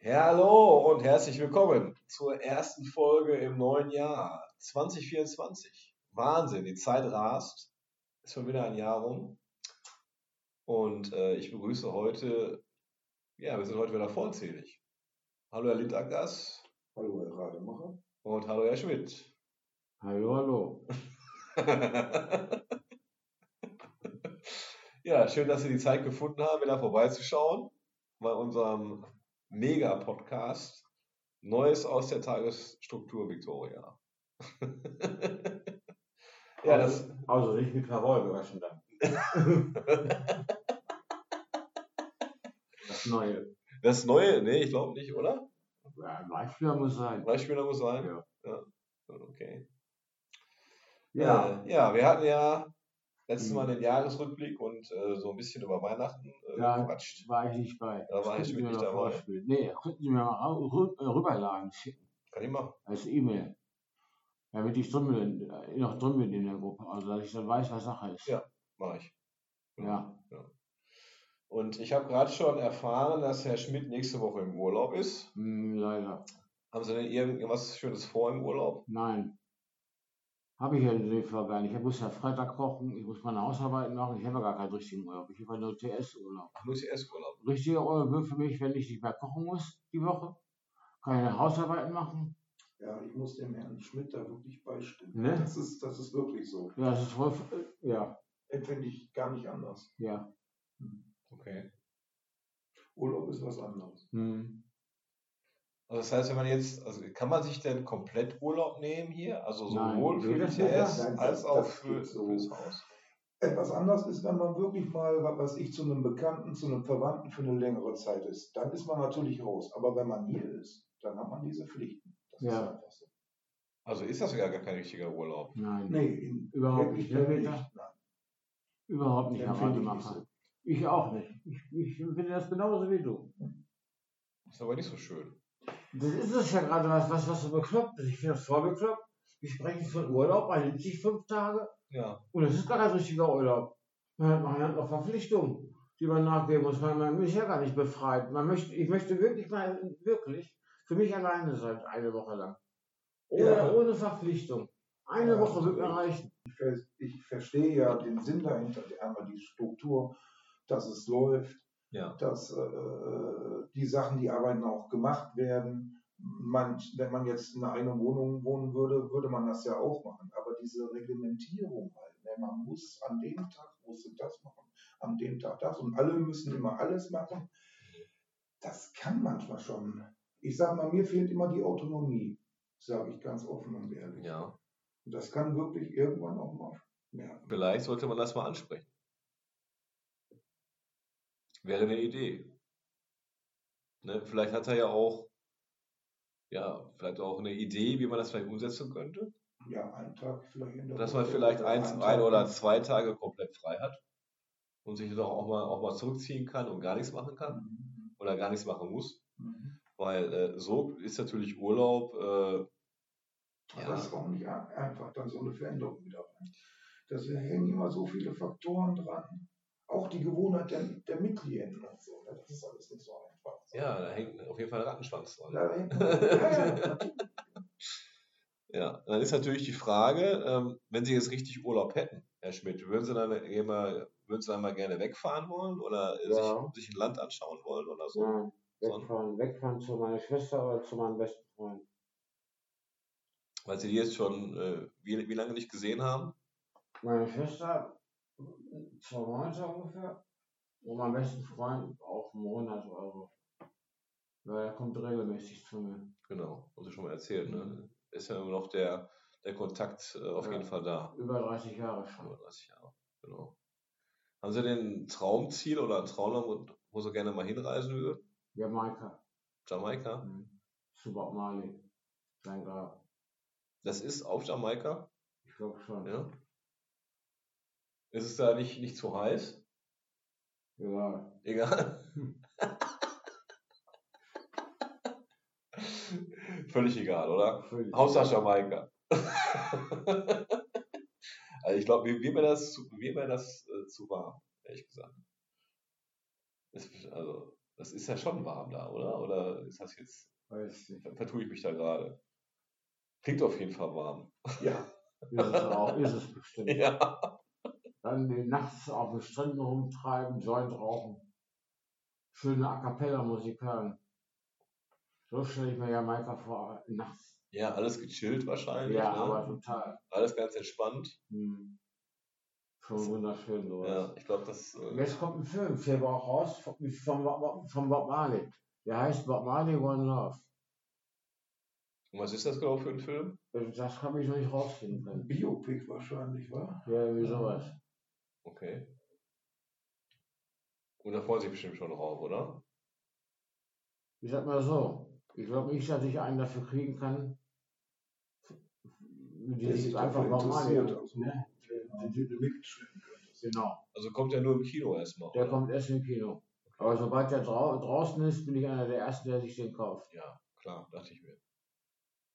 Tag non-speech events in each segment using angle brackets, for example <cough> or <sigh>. Ja, Hallo und herzlich willkommen zur ersten Folge im neuen Jahr 2024. Wahnsinn, die Zeit rast. Ist schon wieder ein Jahr rum. Und äh, ich begrüße heute, ja, wir sind heute wieder vollzählig. Hallo, Herr Lindackers Hallo, Herr Rademacher. und hallo, Herr Schmidt. Hallo, hallo. <laughs> ja, schön, dass Sie die Zeit gefunden haben, wieder vorbeizuschauen bei unserem Mega-Podcast Neues aus der Tagesstruktur Victoria. <laughs> ja, das, Also nicht mit Karol <laughs> gewaschen dann. das Neue. das Neue, nee, ich glaube nicht, oder? Ja, ein Weichspieler muss sein. Beispieler muss sein. Ja. ja. Okay. Ja. Äh, ja, wir hatten ja letztes Mhm. Mal den Jahresrückblick und äh, so ein bisschen über Weihnachten äh, Ja. gequatscht. War ich nicht bei. Da war ich Könnten Sie mir nicht noch dabei. vorspielen. Nee, könnten Sie mir mal rau- rü- äh, rüberladen, schicken, Kann ich machen. als E-Mail. Damit ich drin bin, äh, noch drin bin in der Gruppe. Also, dass ich dann weiß, was Sache ist. Ja. Mach ich. Ja. Und ich habe gerade schon erfahren, dass Herr Schmidt nächste Woche im Urlaub ist. Hm, leider. Haben Sie denn irgendwas Schönes vor im Urlaub? Nein. Habe ich ja in dem Fall gar nicht. Ich muss ja Freitag kochen, ich muss meine Hausarbeiten machen. Ich habe ja gar keinen richtigen Urlaub. Ich habe ja nur TS-Urlaub. Ach, nur CS-Urlaub. richtiger Urlaub wird für mich, wenn ich nicht mehr kochen muss die Woche. Keine Hausarbeiten machen. Ja, ich muss dem Herrn Schmidt da wirklich beistimmen. Ne? Das ist, das ist wirklich so. Ja, das ist voll. f- Ja, Empfinde ich gar nicht anders. ja. Okay. Urlaub ist was anderes. Hm. Also das heißt, wenn man jetzt, also kann man sich denn komplett Urlaub nehmen hier? Also Nein, sowohl für die geht das TS nicht? Nein, das- als auch das für, geht so. fürs Haus. Etwas anders ist, wenn man wirklich mal, was weiß ich, zu einem Bekannten, zu einem Verwandten für eine längere Zeit ist. Dann ist man natürlich raus. Aber wenn man hier ist, dann hat man diese Pflichten. Das Ja. ist einfach so. Also ist das sogar gar kein richtiger Urlaub. Nein, Nee, in, Überhaupt wirklich nicht, ne, nicht. Peter? Nein. überhaupt nicht, Herr Empfinde ich Rademacher. nicht Ich auch nicht. Ich, ich finde das genauso wie du. Ist aber nicht so schön. Das ist es ja gerade, was, was, was so bekloppt ist. Ich finde das voll bekloppt. Wir sprechen von Urlaub, man nimmt sich fünf Tage Ja. und das ist gar kein richtiger Urlaub. Man hat, man hat noch Verpflichtungen, die man nachgeben muss. Man, man ist ja gar nicht befreit. Man möchte, ich möchte wirklich mal, wirklich für mich alleine sein, eine Woche lang. Ohne, Ja. ohne Verpflichtung. Eine Ja, Woche wird mir absolut. reichen. Ich ver- Ich verstehe ja den Sinn dahinter. Einmal die Struktur, dass es läuft. Ja. dass äh, die Sachen, die arbeiten, auch gemacht werden. Man, wenn man jetzt in einer eigenen Wohnung wohnen würde, würde man das ja auch machen. Aber diese Reglementierung halt, ne, man muss an dem Tag musst du das machen, an dem Tag das und alle müssen immer alles machen. Das kann manchmal schon. Ich sag mal, mir fehlt immer die Autonomie, sage ich ganz offen und ehrlich. Ja. Und das kann wirklich irgendwann auch mal nerven. Vielleicht sollte man das mal ansprechen. Wäre eine Idee. Ne? Vielleicht hat er ja auch, ja, vielleicht auch eine Idee, wie man das vielleicht umsetzen könnte. Ja, einen Tag vielleicht. in der Dass man Woche vielleicht oder eins, einen ein Tag. oder zwei Tage komplett frei hat und sich doch auch mal, auch mal zurückziehen kann und gar nichts machen kann Mhm. oder gar nichts machen muss. Mhm. Weil äh, so ist natürlich Urlaub, äh, Aber Ja. Das ist auch nicht ein- einfach, dann so eine Veränderung wieder rein. Da hängen immer so viele Faktoren dran. Auch die Gewohnheit der, der Mitglieder und so. ne? Das ist alles nicht so einfach. ja, da hängt auf jeden Fall ein Rattenschwanz dran. Da hängt ja, ja. Ja, dann ist natürlich die Frage, ähm, wenn Sie jetzt richtig Urlaub hätten, Herr Schmidt, würden Sie dann immer, würden Sie dann mal gerne wegfahren wollen oder äh, Ja. sich, sich ein Land anschauen wollen oder so? Nein, wegfahren, wegfahren zu meiner Schwester oder zu meinem besten Freund. Weil Sie die jetzt schon äh, wie, wie lange nicht gesehen haben? Meine Schwester, zwei Monate ungefähr. Und mein besten Freund auch einen Monat oder so. Weil er kommt regelmäßig zu mir. Genau, haben Sie schon mal erzählt, ne? Ist ja immer noch der, der Kontakt äh, auf Ja. jeden Fall da. Über 30 Jahre schon. 35 Jahre, genau. Haben Sie denn ein Traumziel oder ein Traumland, wo, wo Sie gerne mal hinreisen würden? Jamaika. Jamaika? Mhm. Zu Bob Marley. Sein Grab. Das ist auf Jamaika, Ich glaube schon. ja? Ist es da nicht, nicht zu heiß? Egal. Egal. <laughs> Völlig egal, oder? Völlig. Hauptsache Jamaika. <laughs> also ich glaube, mir, mir wäre das, zu- mir wär das äh, zu warm, ehrlich gesagt. Es, also, Das ist ja schon warm da, oder? Oder ist das jetzt, Weiß nicht. vertue ich mich da gerade? Klingt auf jeden Fall warm. <laughs> Ja, Ist es auch, ist es bestimmt. Ja. Dann die nachts auf den Stränden rumtreiben, Joint rauchen. Schöne A Cappella-Musik hören. So stelle ich mir Jamaika vor, nachts. Ja, alles gechillt wahrscheinlich. Ja, ne? aber total. Alles ganz entspannt. Hm. Schon wunderschön sowas. Ja, ich glaube, das. Und Äh, Jetzt kommt ein Film, der war auch raus, von, von, Bob- von Bob Marley. Der heißt Bob Marley One Love. und was ist das genau für ein Film? Das habe ich noch nicht rausfinden können. Biopic wahrscheinlich, wa? Ja, irgendwie sowas. Okay. Und da freuen sich bestimmt schon drauf, oder? Ich sag mal so, ich glaube nicht, dass ich einen dafür kriegen kann, die Der sich sich einfach dafür Bob Marley interessiert. Also, ne? Den Titel mitschreiben könntest. Genau, Also kommt er nur im Kino erstmal. der oder? kommt erst im Kino. Aber sobald der drau draußen ist, bin ich einer der Ersten, der sich den kauft. Ja, klar, dachte ich mir.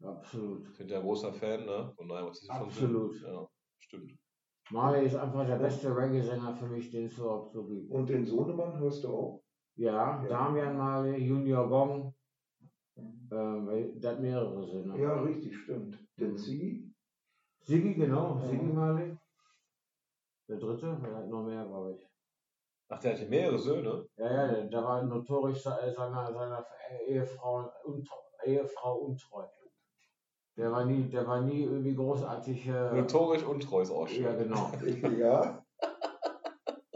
Absolut. Sind ja ein großer Fan, ne? Von daher, was ist schon Absolut. Ja, stimmt. Marley ist einfach der beste Reggae-Sänger für mich, den es überhaupt so gibt. Und den Sohnemann hörst du auch? Ja, Ja. Damian Marley, Junior Gong, ähm, das hat mehrere Söhne. Ja, richtig, stimmt. Den Mhm. Ziggy? Siggi, genau, Ja. Siggi Marley. Der dritte, der hat noch mehr, glaube ich. Ach, der hatte mehrere Söhne. Ja, ja, der, der war notorisch se- seiner, seiner Ehefrau, untro, Ehefrau untreu. Der war nie, der war nie irgendwie großartig. Äh, Notorisch untreu ist auch schön. ja, <laughs> genau. Ja.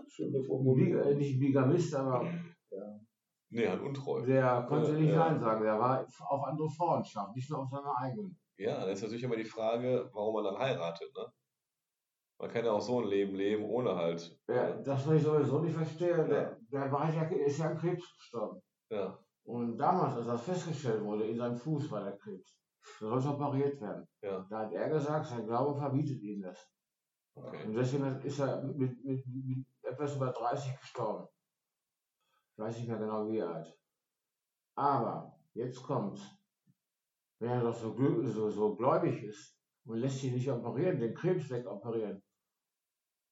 Schöne Bi, äh, Formulierung. nicht Bigamist, aber Nee, halt untreu. der konnte Ja, nicht ja. Nein sagen. Der war auf andere Frauen scharf, nicht nur auf seine eigenen. Ja, dann ist natürlich immer die Frage, warum man dann heiratet, ne? Man kann ja auch so ein Leben leben, ohne halt. Ja, das, was ich sowieso nicht verstehe, der, der war ja, ist ja an Krebs gestorben. Ja, Und damals, als das festgestellt wurde, in seinem Fuß war der Krebs. Da sollte operiert werden. Ja. Da hat er gesagt, sein Glaube verbietet ihm das. okay. Und deswegen ist er mit, mit, mit etwas über 30 gestorben. Ich weiß nicht mehr genau wie alt. Aber jetzt kommt, wenn er doch so, glü- so, so gläubig ist und lässt sich nicht operieren, den Krebs wegoperieren,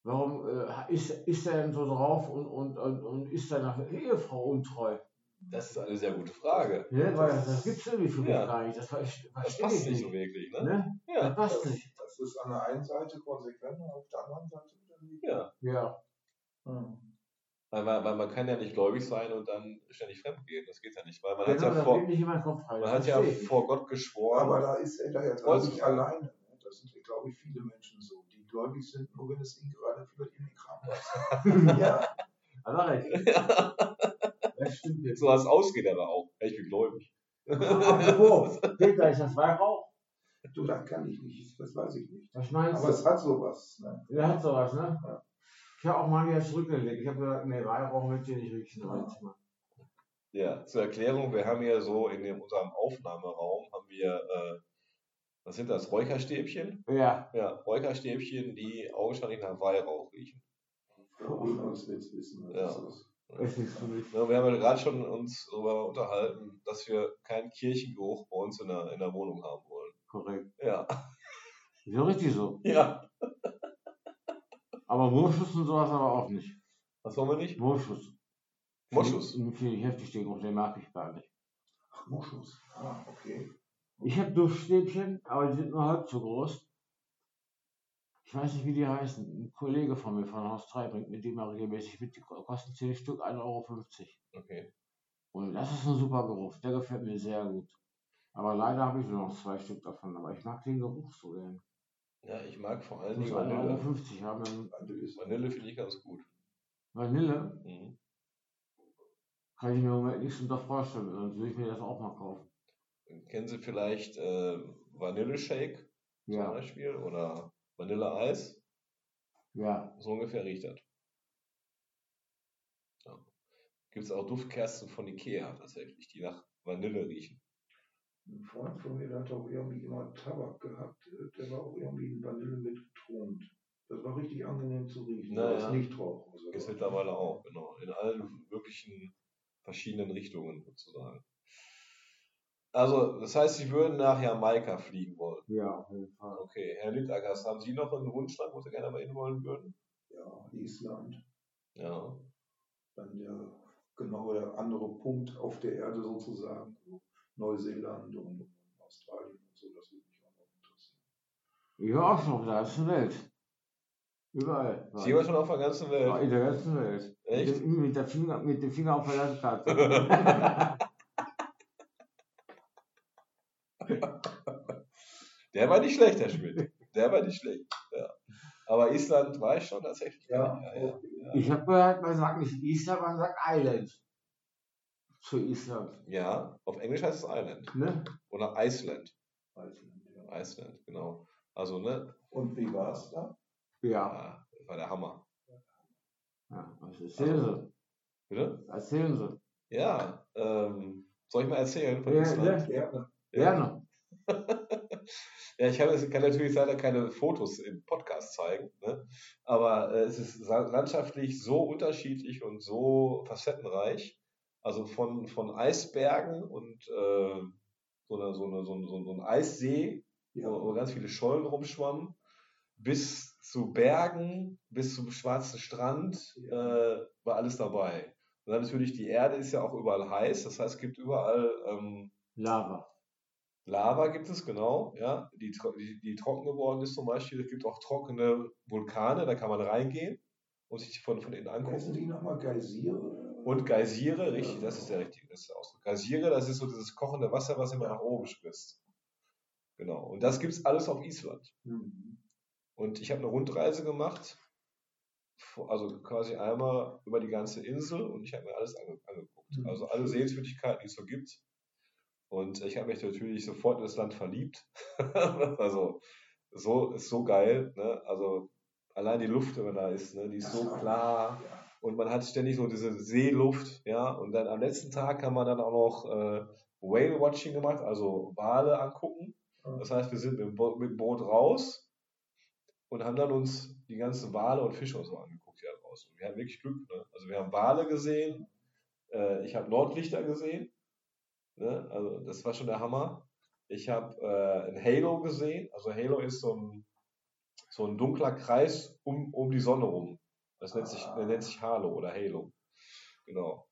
warum äh, ist, ist er denn so drauf und, und, und, und ist seiner Ehefrau untreu? Das ist eine sehr gute Frage. Ne? Weil das, das gibt es irgendwie für mich Ja. gar nicht. Das, verste- Das verstehe passt ich nicht nicht. so wirklich, ne? Ne? Ja, Das passt nicht. Das ist an der einen Seite konsequent und auf der anderen Seite wieder nicht. ja. Ja, Hm. Weil, man- weil man kann ja nicht gläubig sein und dann ständig fremdgehen. Das geht ja nicht. Weil man genau, hat ja da vor, bin ich immer Kopf rein. man Das hat ja verstehe ich nicht. vor Gott geschworen. Aber da ist er da jetzt Voll auch nicht so. alleine. Das sind, glaube ich, viele Menschen so, die gläubig sind, nur wenn es ihnen gerade über den Kram passt. ja, Hat er <laughs> recht. Also, Das stimmt jetzt. so als ausgeht aber auch. Ja, Ich bin gläubig. Apropos, Peter, ist das Weihrauch? du, da kann ich nicht, das weiß ich nicht. Was meinst Aber es du? hat sowas. Ne? Der hat sowas, ne? Ja. Ich habe auch mal wieder zurückgelegt. Ich habe gesagt, nee, Weihrauch möchte ich nicht riechen. Ja. Ja. Ja, zur Erklärung, wir haben ja so in dem, unserem Aufnahmeraum haben wir, äh, was sind das, Räucherstäbchen? ja. Ja, Räucherstäbchen, die augenscheinlich nach Weihrauch riechen. Corona ist jetzt wissen. was Ja. ist das? Das ist für mich. Ja, wir haben ja gerade schon uns darüber unterhalten, dass wir keinen Kirchengeruch bei uns in der, in der Wohnung haben wollen. Korrekt. Ja, <laughs> Ist ja richtig so. ja. Aber Moschus und sowas aber auch nicht. Was wollen wir nicht? Moschus. Moschus. Finde ich- Finde ich heftig den Geruch, den mag ich gar nicht. Ach, Moschus. Ah, okay. Ich habe Duftstäbchen, aber die sind nur halb so groß. Ich weiß nicht, wie die heißen. Ein Kollege von mir von Haus 3 bringt mir die mal regelmäßig mit. Die kosten 10 Stück, 1,50 Euro. Okay. Und das ist ein super Geruch, der gefällt mir sehr gut. Aber leider habe ich nur noch zwei Stück davon, aber ich mag den Geruch so gern. Ja, ich mag vor Ich allen muss Dingen 1,50 Vanille. Euro haben. dann Vanille finde ich ganz gut. Vanille Mhm. kann ich mir im Moment nichts unter vorstellen, sonst würde ich mir das auch mal kaufen. Kennen Sie vielleicht äh, Vanilleshake zum Ja, Beispiel oder Vanilleeis? ja. So ungefähr riecht das. Ja. Gibt es auch Duftkerzen von Ikea tatsächlich, die nach Vanille riechen. Ein Freund von mir der hat auch irgendwie immer Tabak gehabt. Der war auch irgendwie in Vanille mitgetrunken. Das war richtig angenehm zu riechen. Naja. Das ist nicht drauf. Also, Gibt es mittlerweile auch, genau. In allen möglichen verschiedenen Richtungen sozusagen. Also, das heißt, Sie würden nach Jamaika fliegen wollen. Ja, auf jeden Fall. Okay, Herr Lindackers, haben Sie noch einen Wunschland, wo Sie gerne mal hinwollen würden? ja, Island. Ja. Dann der genau der andere Punkt auf der Erde sozusagen, so Neuseeland und Australien und so, das würde mich auch noch interessieren. Ich war auch schon auf der ganzen Welt. Überall. war Sie war schon auf der ganzen ich. War Welt. in der ganzen Welt. Echt? Mit, dem- mit, der Finger, mit dem Finger auf der Landkarte. Der war nicht schlecht, Herr Schmidt. Der war nicht schlecht. Ja. Aber Island war ich schon tatsächlich. ja, ja. Ich habe gehört, man sagt nicht Island, man sagt Island. Zu Island. ja, auf Englisch heißt es Island. Ne? Oder Iceland. Iceland, ja. Iceland, genau. Also, ne? Und wie war es da? Ja. Ja, war der Hammer. ja. Was erzählen Bitte? Sie? Erzählen Sie. Ja, ähm, soll ich mal erzählen von Ja, Island? Gerne. Gerne. Ja, ich habe- kann natürlich leider keine Fotos im Podcast zeigen, ne? aber äh, es ist sa- landschaftlich so unterschiedlich und so facettenreich. Also von, von Eisbergen und äh, so, eine, so, eine, so, ein- so, ein- so ein Eissee, wo, wo ganz viele Schollen rumschwammen, bis zu Bergen, bis zum schwarzen Strand, äh, war alles dabei. Und dann natürlich die Erde ist ja auch überall heiß, das heißt, es gibt überall ähm, Lava. Lava gibt es, genau, ja, die, tro- die, die trocken geworden ist zum Beispiel. Es gibt auch trockene Vulkane, da kann man reingehen und sich von, von innen Heißen angucken. die nochmal Geysire? Und Geysire, richtig, das ist der richtige das ist der Ausdruck. Geysire, das ist so dieses kochende Wasser, was immer nach oben spritzt. Genau, und das gibt es alles auf Island. Mhm. Und ich habe eine Rundreise gemacht, vor- also quasi einmal über die ganze Insel und ich habe mir alles ange angeguckt. Mhm. Also alle Sehenswürdigkeiten, die es so gibt. Und ich habe mich natürlich sofort in das Land verliebt. <laughs> also so ist so geil. Ne? Also allein die Luft, wenn man da ist, ne? die ist so Ach, klar Ja. und man hat ständig so diese Seeluft, ja, und dann am letzten Tag haben wir dann auch noch äh, Whale-Watching gemacht, also Wale angucken. Das heißt, wir sind mit dem, Bo mit dem Boot raus und haben dann uns die ganzen Wale und Fische und so angeguckt hier draußen. Und wir hatten wirklich Glück, ne? Also wir haben Wale gesehen, äh, ich habe Nordlichter gesehen, ne? Also das war schon der Hammer. Ich habe äh, ein Halo gesehen, also Halo ist so ein, so ein dunkler Kreis um, um die Sonne rum. Das nennt sich, Ah. nennt sich Halo oder Halo. Genau.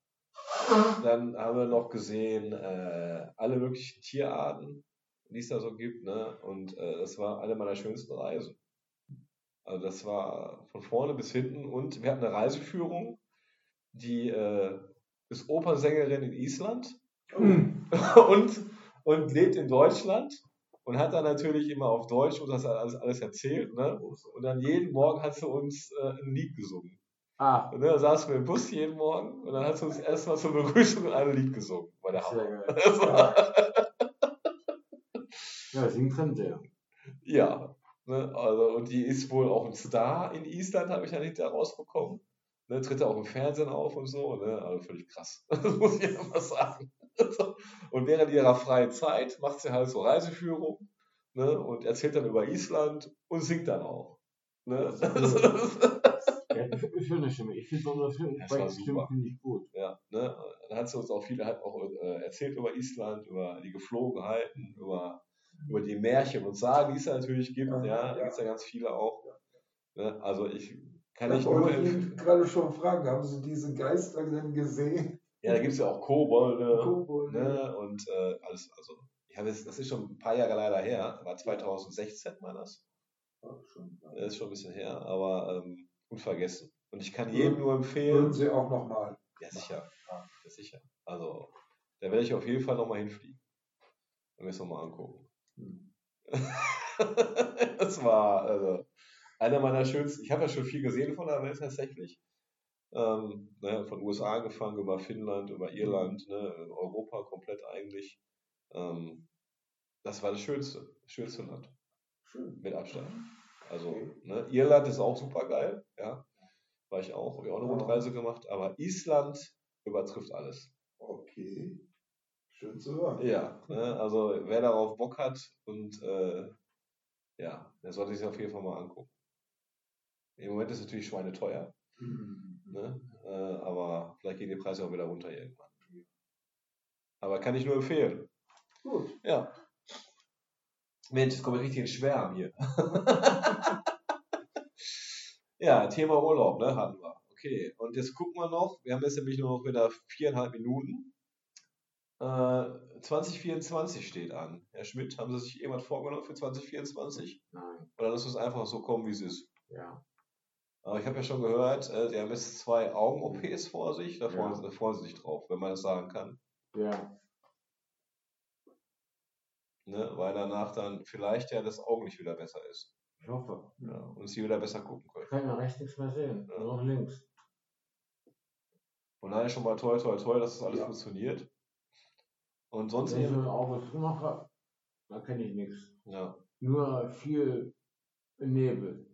Dann haben wir noch gesehen äh, alle möglichen Tierarten, die es da so gibt. Ne? Und äh, das war eine meiner schönsten Reisen. Also das war von vorne bis hinten. Und wir hatten eine Reiseführung, die äh, ist Opernsängerin in Island <laughs> und, und lebt in Deutschland und hat dann natürlich immer auf Deutsch uns das alles, alles erzählt. Ne? Und dann jeden Morgen hat sie uns äh, ein Lied gesungen. Ah, Und dann saßen wir im Bus jeden Morgen und dann hat sie uns erstmal zur Begrüßung ein Lied gesungen. Bei der Hammer. sehr geil. <laughs> Ja, singen kann der. Ja. Ne? Also, und die ist wohl auch ein Star in Island, habe ich dann hinterher rausbekommen. Ne? Tritt auch im Fernsehen auf und so. Ne? Also völlig krass. <laughs> Das muss ich einfach sagen. <laughs> Und während ihrer freien Zeit macht sie halt so Reiseführung ne? und erzählt dann über Island und singt dann auch. Ne? <laughs> Ja, ich finde eine Stimme. Ich finde so eine Stimme, Das war super. finde ich gut. Ja, ne? Dann hat sie uns auch viele hat auch äh, erzählt über Island, über die Geflogenheiten, über, über die Märchen und Sagen, die es da natürlich gibt. Ja, Ja, ja. ja. gibt es ja ganz viele auch. Ne? Also ich kann Ich ich nur wollte ihn empfehlen. gerade schon fragen, haben Sie diese Geister denn gesehen? Ja, da gibt es ja auch Kobolde Kobolde. ne? und äh, alles. Also ich habe jetzt, das ist schon ein paar Jahre leider her, war 2016 war das. Ja, schon klar. Das ist schon ein bisschen her, aber ähm, unvergessen. Und ich kann Ja. jedem nur empfehlen. Würden Sie auch nochmal. Ja, sicher. Ja, sicher. Also, da werde ich auf jeden Fall nochmal hinfliegen. Und mir es nochmal angucken. <laughs> das war also einer meiner schönsten. Ich habe ja schon viel gesehen von der Welt tatsächlich. Ähm, naja, von USA angefangen, über Finnland, über Irland, ne, Europa komplett eigentlich. Ähm, das war das schönste, das schönste Land Schön. mit Abstand. Also, ne, Irland ist auch super geil, ja. War ich auch, habe ich auch eine Ja. Rundreise gemacht, aber Island übertrifft alles. Okay. Schön zu hören. Ja, ne, also wer darauf Bock hat und äh, ja, der sollte sich auf jeden Fall mal angucken. Im Moment ist es natürlich schweineteuer, Mhm. ne? äh, aber vielleicht gehen die Preise auch wieder runter irgendwann. Aber kann ich nur empfehlen. Gut. Ja. Mensch, jetzt kommt richtig ein Schwärm hier. ja, Thema Urlaub, ne, hatten wir. okay. Und jetzt gucken wir noch, wir haben jetzt nämlich nur noch wieder viereinhalb Minuten. Äh, 2024 steht an. Herr Schmidt, haben Sie sich irgendwas vorgenommen für 2024? Nein, Oder lassen wir es einfach so kommen, wie es ist? ja. Aber ich habe ja schon gehört, äh, die haben jetzt zwei Augen-OPs vor sich. Da Ja. freuen, sie, da freuen sie sich drauf, wenn man das sagen kann. Ja, Ne? Weil danach dann vielleicht ja das Augenlicht wieder besser ist. ich hoffe. Ja. Und sie wieder besser gucken können. Ich kann ja rechts nichts mehr sehen. Ja. Nur noch links. Von daher schon mal toll, toll, toll, dass das alles Ja. funktioniert. Und Und sonst wenn ich so eben. ein Auge zugemacht habe, da kenne ich nichts. Ja. Nur viel Nebel.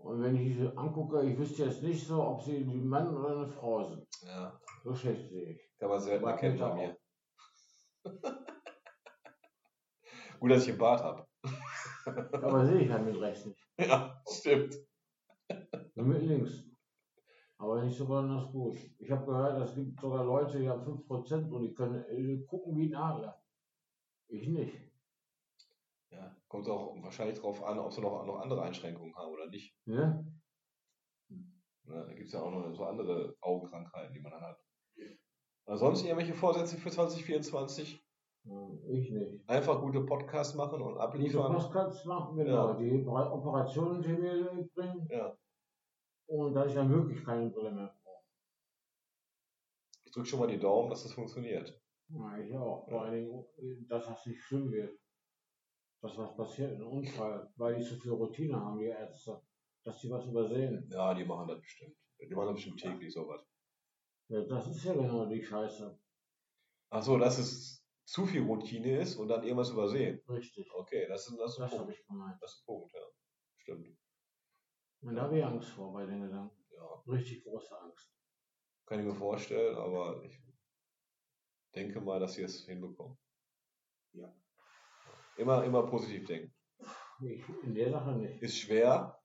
Und wenn ich sie angucke, ich wüsste jetzt nicht so, ob sie ein Mann oder eine Frau sind. ja. So schlecht sehe ich. Kann man selten Mag erkennen mich bei auch. mir. <laughs> Gut, dass ich einen Bart habe. Aber sehe ich halt mit rechts nicht. Ja, stimmt. Nur mit links. Aber nicht so besonders gut. Ich habe gehört, es gibt sogar Leute, die haben 5% und die können äh, gucken wie ein Adler. Ich nicht. Ja. Kommt auch wahrscheinlich darauf an, ob sie noch, noch andere Einschränkungen haben oder nicht. Ne? Ne? Da gibt es ja auch noch so andere Augenkrankheiten, die man dann hat. Ansonsten irgendwelche Vorsätze für 2024? Hm, Ich nicht. Einfach gute Podcasts machen und Gute abliefern. Postcards machen, Ja. genau. Die Bra- Operationen, die mir bringen. Ja. Und da ich dann wirklich keine Brille mehr brauche. Ich drücke schon mal die Daumen, dass das funktioniert. Ja, ich auch. Vor allen Dingen, dass das nicht schlimm wird. Dass was passiert, ein Unfall. Weil die zu viel Routine haben, die Ärzte. Dass die was übersehen. Ja, die machen das bestimmt. Die machen das bestimmt täglich sowas. Ja, das ist ja genau die Scheiße. Achso, dass es zu viel Routine ist und dann irgendwas übersehen. Richtig. Okay, das ist, das ist ein Das habe Punkt. ich gemeint. Das ist ein Punkt, ja. Stimmt. Und da habe ich Angst vor bei den Gedanken. Ja, Richtig große Angst. kann ich mir vorstellen, aber ich denke mal, dass sie es hinbekommen. Ja. Immer, immer positiv denken. Ich, in der Sache nicht. Ist schwer.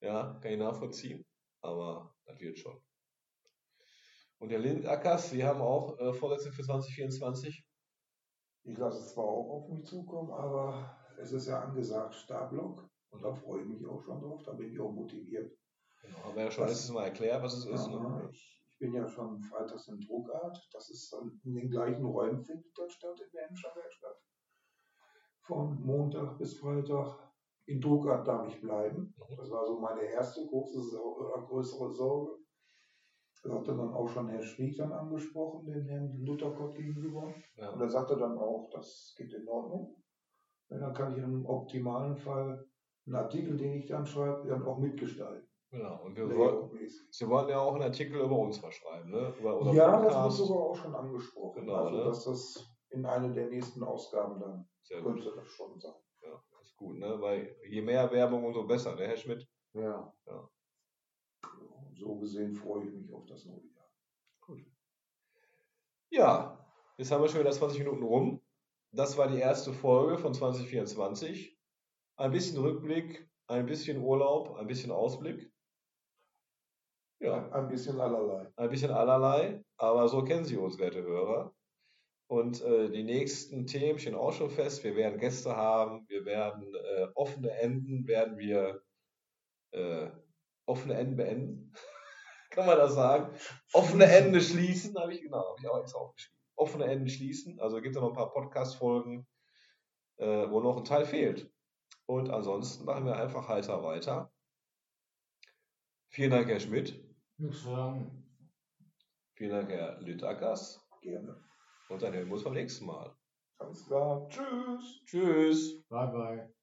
Ja, kann ich nachvollziehen. Aber das wird schon. Und der Lindackers, Sie haben auch äh, Vorsätze für 2024. Ich lasse es zwar auch auf mich zukommen, aber es ist ja angesagt Starblock und da freue ich mich auch schon drauf, da bin ich auch motiviert. Genau, haben wir ja schon Das- letztes Mal erklärt, was es ist. Ja, Ne? ich, ich bin ja schon freitags in Druckart, das ist dann in den gleichen Räumen findet das statt in der Hemmscher Werkstatt. Von Montag bis Freitag in Druckart darf ich bleiben. Das war so meine erste große, Sau- äh, größere Sorge. Das hatte dann auch schon Herr Schwieg dann angesprochen, den Herrn Luthergott gegenüber. Und Ja. er sagte dann auch, das geht in Ordnung. Und dann kann ich im optimalen Fall einen Artikel, den ich dann schreibe, dann auch mitgestalten. Genau. Und wir wollten, Layout-mäßig. Sie wollten ja auch einen Artikel über uns verschreiben, ne? Über unseren Ja, das wird Podcast. sogar auch schon angesprochen. Genau, also, ne? dass das in einer der nächsten Ausgaben dann Sehr gut. könnte das schon sein. Ja, ist gut, ne? Weil je mehr Werbung, umso besser, ne, Herr Schmidt? Ja. So gesehen freue ich mich auf das neue Jahr. Ja, jetzt haben wir schon wieder 20 Minuten rum. Das war die erste Folge von 2024. Ein bisschen Rückblick, ein bisschen Urlaub, ein bisschen Ausblick. Ja, Ein bisschen allerlei. ein bisschen allerlei, aber so kennen Sie uns, werte Hörer. Und äh, die nächsten Themen stehen auch schon fest. Wir werden Gäste haben, wir werden äh, offene Enden, werden wir äh, offene Enden beenden. <laughs> Kann man das sagen? Offene Ende schließen, habe ich, genau, habe ich auch extra aufgeschrieben. Offene Enden schließen, also gibt es noch ein paar Podcast-Folgen, äh, wo noch ein Teil fehlt. Und ansonsten machen wir einfach heiter weiter. Vielen Dank, Herr Schmidt. Nichts zu sagen. Vielen Dank, Herr Lüttackers. Gerne. Und dann hören wir uns beim nächsten Mal. Alles klar. Tschüss. Tschüss. Bye, bye.